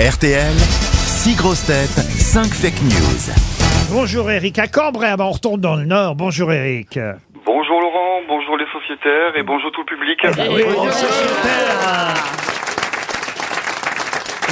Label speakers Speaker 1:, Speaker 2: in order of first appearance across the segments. Speaker 1: RTL, 6 grosses têtes, 5 fake news.
Speaker 2: Bonjour Eric, à Cambrai, ah ben, on retourne dans le Nord. Bonjour Eric.
Speaker 3: Bonjour Laurent, bonjour les sociétaires et bonjour tout le public.
Speaker 2: les sociétaires.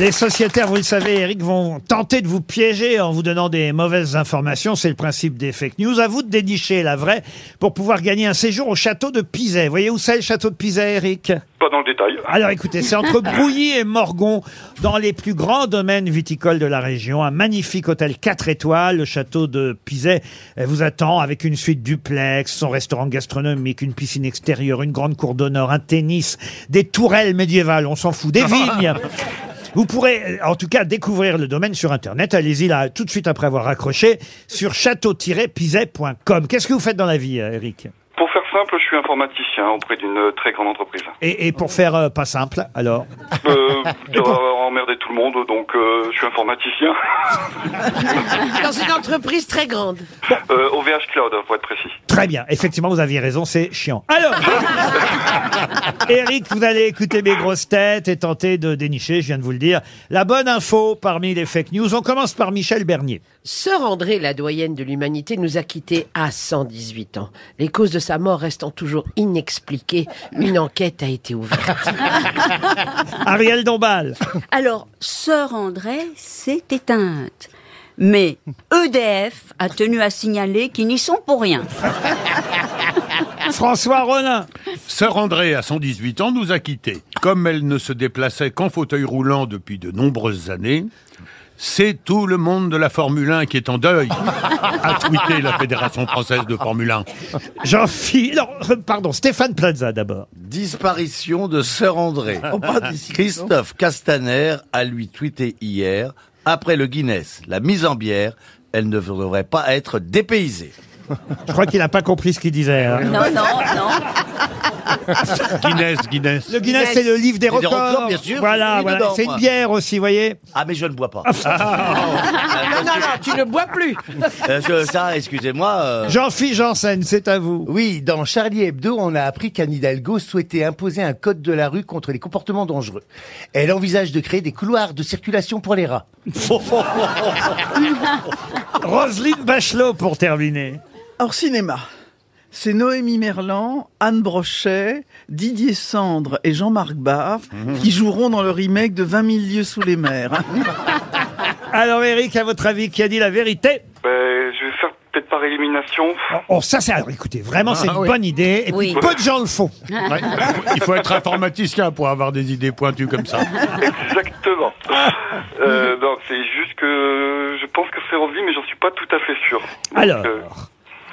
Speaker 2: Les sociétaires, vous le savez, Eric, vont tenter de vous piéger en vous donnant des mauvaises informations. C'est le principe des fake news. À vous de dénicher la vraie pour pouvoir gagner un séjour au château de Pizet. Vous voyez où c'est le château de Pizet, Eric
Speaker 3: Pas dans le détail.
Speaker 2: Alors écoutez, c'est entre Brouilly et Morgon, dans les plus grands domaines viticoles de la région. Un magnifique hôtel 4 étoiles, le château de Pizet euh, vous attend avec une suite duplex, son restaurant gastronomique, une piscine extérieure, une grande cour d'honneur, un tennis, des tourelles médiévales, on s'en fout, des vignes. Vous pourrez, euh, en tout cas, découvrir le domaine sur Internet. Allez-y là, tout de suite après avoir raccroché, sur château-pizet.com. Qu'est-ce que vous faites dans la vie, euh, Eric
Speaker 3: Pour faire simple, je suis informaticien auprès d'une très grande entreprise.
Speaker 2: et, et pour faire euh, pas simple, alors
Speaker 3: Euh, je dois emmerder tout le monde, donc euh, je suis informaticien.
Speaker 4: Dans une entreprise très grande.
Speaker 3: Euh, OVH Cloud, pour être précis.
Speaker 2: Très bien, effectivement, vous aviez raison, c'est chiant. Alors, Eric, vous allez écouter mes grosses têtes et tenter de dénicher, je viens de vous le dire, la bonne info parmi les fake news. On commence par Michel Bernier.
Speaker 4: Sœur André, la doyenne de l'humanité, nous a quittés à 118 ans. Les causes de sa mort restant toujours inexpliquées, une enquête a été ouverte.
Speaker 2: Ariel Dombal,
Speaker 5: Alors, Sœur André s'est éteinte. Mais EDF a tenu à signaler qu'ils n'y sont pour rien.
Speaker 2: François Rollin,
Speaker 6: Sœur André, à 118 ans, nous a quittés. Comme elle ne se déplaçait qu'en fauteuil roulant depuis de nombreuses années, c'est tout le monde de la Formule 1 qui est en deuil, a tweeté la Fédération française de Formule 1.
Speaker 2: Jean-Philippe, non, euh, pardon, Stéphane Plaza d'abord.
Speaker 7: Disparition de Sœur André.
Speaker 4: Oh,
Speaker 7: Christophe Castaner a lui tweeté hier, après le Guinness, la mise en bière, elle ne devrait pas être dépaysée.
Speaker 2: Je crois qu'il n'a pas compris ce qu'il disait. hein.
Speaker 5: Non, non, non.
Speaker 6: Guinness, Guinness.
Speaker 2: Le Guinness, c'est le livre des
Speaker 7: des
Speaker 2: records.
Speaker 7: records, bien sûr, je
Speaker 2: Voilà,
Speaker 7: suis
Speaker 2: voilà.
Speaker 7: dedans,
Speaker 2: c'est une
Speaker 7: moi.
Speaker 2: bière aussi, vous voyez.
Speaker 7: Ah mais je ne bois pas.
Speaker 4: non, non, non, tu ne bois plus.
Speaker 7: Euh, je- ça, excusez-moi. euh,
Speaker 2: Jean-Philippe Janssen, c'est à vous.
Speaker 8: Oui, dans Charlie Hebdo, on a appris qu'Anne Hidalgo souhaitait imposer un code de la rue contre les comportements dangereux. Elle envisage de créer des couloirs de circulation pour les rats.
Speaker 2: Roselyne Bachelot pour terminer.
Speaker 9: Alors, cinéma. C'est Noémie Merlan, Anne Brochet, Didier Sandre et Jean-Marc Barr qui joueront dans le remake de 20 000 lieux sous les mers.
Speaker 2: Alors Eric, à votre avis, qui a dit la vérité
Speaker 3: Ben, je vais faire peut-être par élimination.
Speaker 2: Oh, ça, c'est. Alors, écoutez, vraiment,
Speaker 4: Ah,
Speaker 2: c'est une bonne idée. Et
Speaker 5: Oui.
Speaker 2: puis, peu de gens le font.
Speaker 6: Ouais. Il faut être informaticien pour avoir des idées pointues comme ça.
Speaker 3: Exactement. Euh, non, c'est juste que je pense que c'est Roselyne, mais j'en suis pas tout à fait sûr. Donc,
Speaker 2: Alors.
Speaker 3: euh,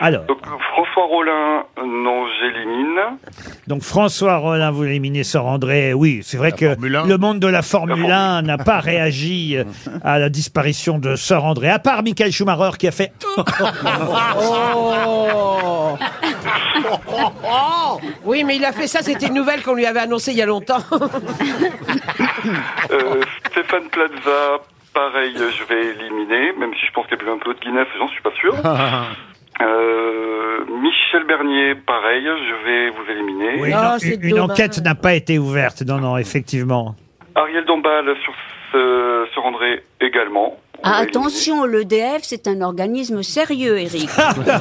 Speaker 2: Alors,
Speaker 3: donc François Rollin, non, j'élimine.
Speaker 2: donc François Rollin, vous l'éliminez, Sir André. Oui, c'est vrai que
Speaker 6: Formule un.
Speaker 2: le monde de la Formule 1 n'a pas réagi euh, à la disparition de Sir André, à part Michael Schumacher qui a fait.
Speaker 4: Oui, mais il a fait ça, c'était une nouvelle qu'on lui avait annoncée il y a longtemps.
Speaker 3: Euh, Stéphane Plaza, pareil, je vais éliminer, même si je pense qu'il y a plus un peu de Guinness, j'en suis pas sûr. Euh, Michel Bernier, pareil, je vais vous éliminer.
Speaker 2: Oui, une-
Speaker 4: Ah, c'est
Speaker 2: une, une
Speaker 4: dommage.
Speaker 2: enquête n'a pas été ouverte. Non, non, effectivement.
Speaker 3: Ariel Dombal sur, ce, sur André également. On
Speaker 5: Ah,
Speaker 3: va
Speaker 5: attention, l'EDF, c'est un organisme sérieux, Eric.
Speaker 3: éliminer.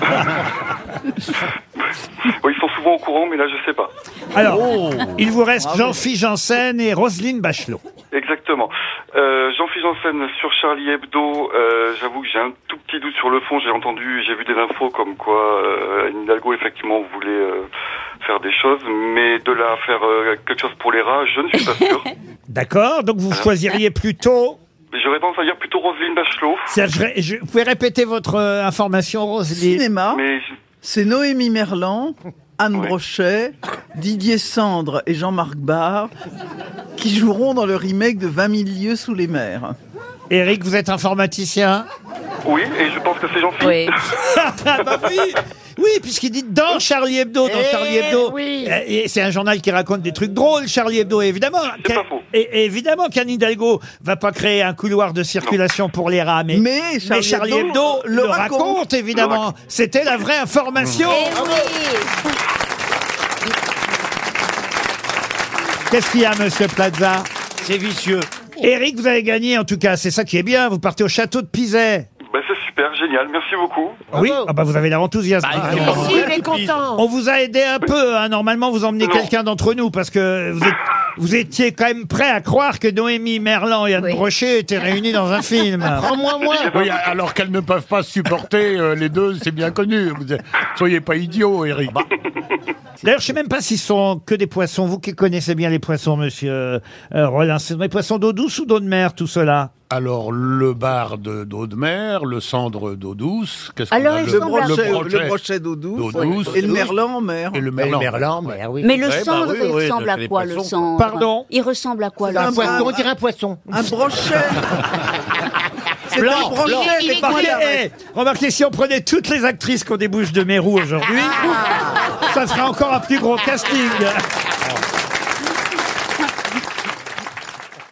Speaker 3: Oui, ils sont souvent au courant, mais là, je sais pas.
Speaker 2: Alors,
Speaker 4: Oh.
Speaker 2: il vous
Speaker 4: Ah,
Speaker 2: reste Jean-Philippe Janssen et Roselyne Bachelot.
Speaker 3: Exactement. Euh, Jean-Philippe Janssen sur Charlie Hebdo, euh, j'avoue que j'ai un tout petit doute sur le fond. J'ai entendu, j'ai vu des infos comme quoi euh, Anne Hidalgo, effectivement, voulait euh, faire des choses, mais de là à faire euh, quelque chose pour les rats, je ne suis pas sûr.
Speaker 2: D'accord Donc, vous choisiriez plutôt.
Speaker 3: J'aurais tendance à dire plutôt Roselyne Bachelot,
Speaker 2: Serge, Ré- je- vous pouvez répéter votre euh, information, Roselyne
Speaker 9: Cinéma,
Speaker 3: mais je-
Speaker 9: c'est Noémie Merlan, Anne
Speaker 3: Ouais.
Speaker 9: Brochet, Didier Sandre et Jean-Marc Barr qui joueront dans le remake de 20 000 lieux sous les mers.
Speaker 2: Eric, vous êtes informaticien
Speaker 3: oui, et je pense que c'est Jean-Philippe.
Speaker 4: Oui.
Speaker 2: Ah bah oui Oui, puisqu'il dit dans Charlie Hebdo, dans
Speaker 4: Eh
Speaker 2: Charlie Hebdo.
Speaker 4: oui.
Speaker 2: Euh, Et c'est un journal qui raconte des trucs drôles, Charlie Hebdo. Et évidemment,
Speaker 3: C'est
Speaker 2: qu'un-
Speaker 3: pas faux.
Speaker 2: et, et évidemment qu'Anne Hidalgo va pas créer un couloir de circulation pour les rats, mais,
Speaker 9: Mais Charlie Hebdo
Speaker 2: le
Speaker 9: le
Speaker 2: raconte,
Speaker 9: raconte.
Speaker 3: Le
Speaker 2: évidemment. C'était la vraie information. Ah
Speaker 5: Eh oui
Speaker 2: Qu'est-ce qu'il y a, Monsieur Plaza
Speaker 7: C'est vicieux.
Speaker 2: Eric, vous avez gagné en tout cas, c'est ça qui est bien. Vous partez au château de Pizet.
Speaker 3: Bah, c'est super, génial, merci beaucoup.
Speaker 2: Oui, ah bah vous avez l'air enthousiaste.
Speaker 4: Si, il est content.
Speaker 2: On vous a aidé un peu, hein. normalement vous emmenez
Speaker 3: Non.
Speaker 2: quelqu'un d'entre nous parce que vous, êtes- vous étiez quand même prêt à croire que Noémie Merlan et Anne
Speaker 10: Oui.
Speaker 2: Brochet étaient réunis dans un film.
Speaker 8: Prends-moi, moi
Speaker 6: Oui, alors qu'elles ne peuvent pas se supporter euh, les deux, c'est bien connu. Vous êtes- Soyez pas idiots, Eric.
Speaker 2: D'ailleurs, je sais même pas s'ils sont que des poissons. Vous qui connaissez bien les poissons, monsieur euh, euh, Rollin, ce sont des poissons d'eau douce ou d'eau de mer, tout cela
Speaker 6: Alors, le bar de- d'eau de mer, le cendre d'eau douce, qu'est-ce qu'on
Speaker 5: Alors,
Speaker 6: a
Speaker 5: il
Speaker 9: Le
Speaker 5: semble à-
Speaker 9: brochet,
Speaker 6: brochet.
Speaker 9: le brochet d'eau douce,
Speaker 6: D'eau douce.
Speaker 9: et le merlan en mer.
Speaker 6: et le
Speaker 8: Mais
Speaker 6: merlan.
Speaker 8: Merlan, mais Ah oui.
Speaker 5: Mais le
Speaker 7: Ouais, bah
Speaker 5: cendre,
Speaker 7: oui, oui,
Speaker 5: il ressemble
Speaker 7: les
Speaker 5: à quoi, le
Speaker 7: poissons.
Speaker 5: cendre
Speaker 2: Pardon
Speaker 5: Il ressemble à quoi, le
Speaker 8: Un
Speaker 5: cendre
Speaker 8: poisson, on dirait un poisson.
Speaker 9: Un brochet C'est un brochet, mais pas
Speaker 2: Écoutez,
Speaker 9: la reine.
Speaker 2: eh, Remarquez, si on prenait toutes les actrices qu'on débouche de Mérou aujourd'hui, ça serait encore un plus gros casting.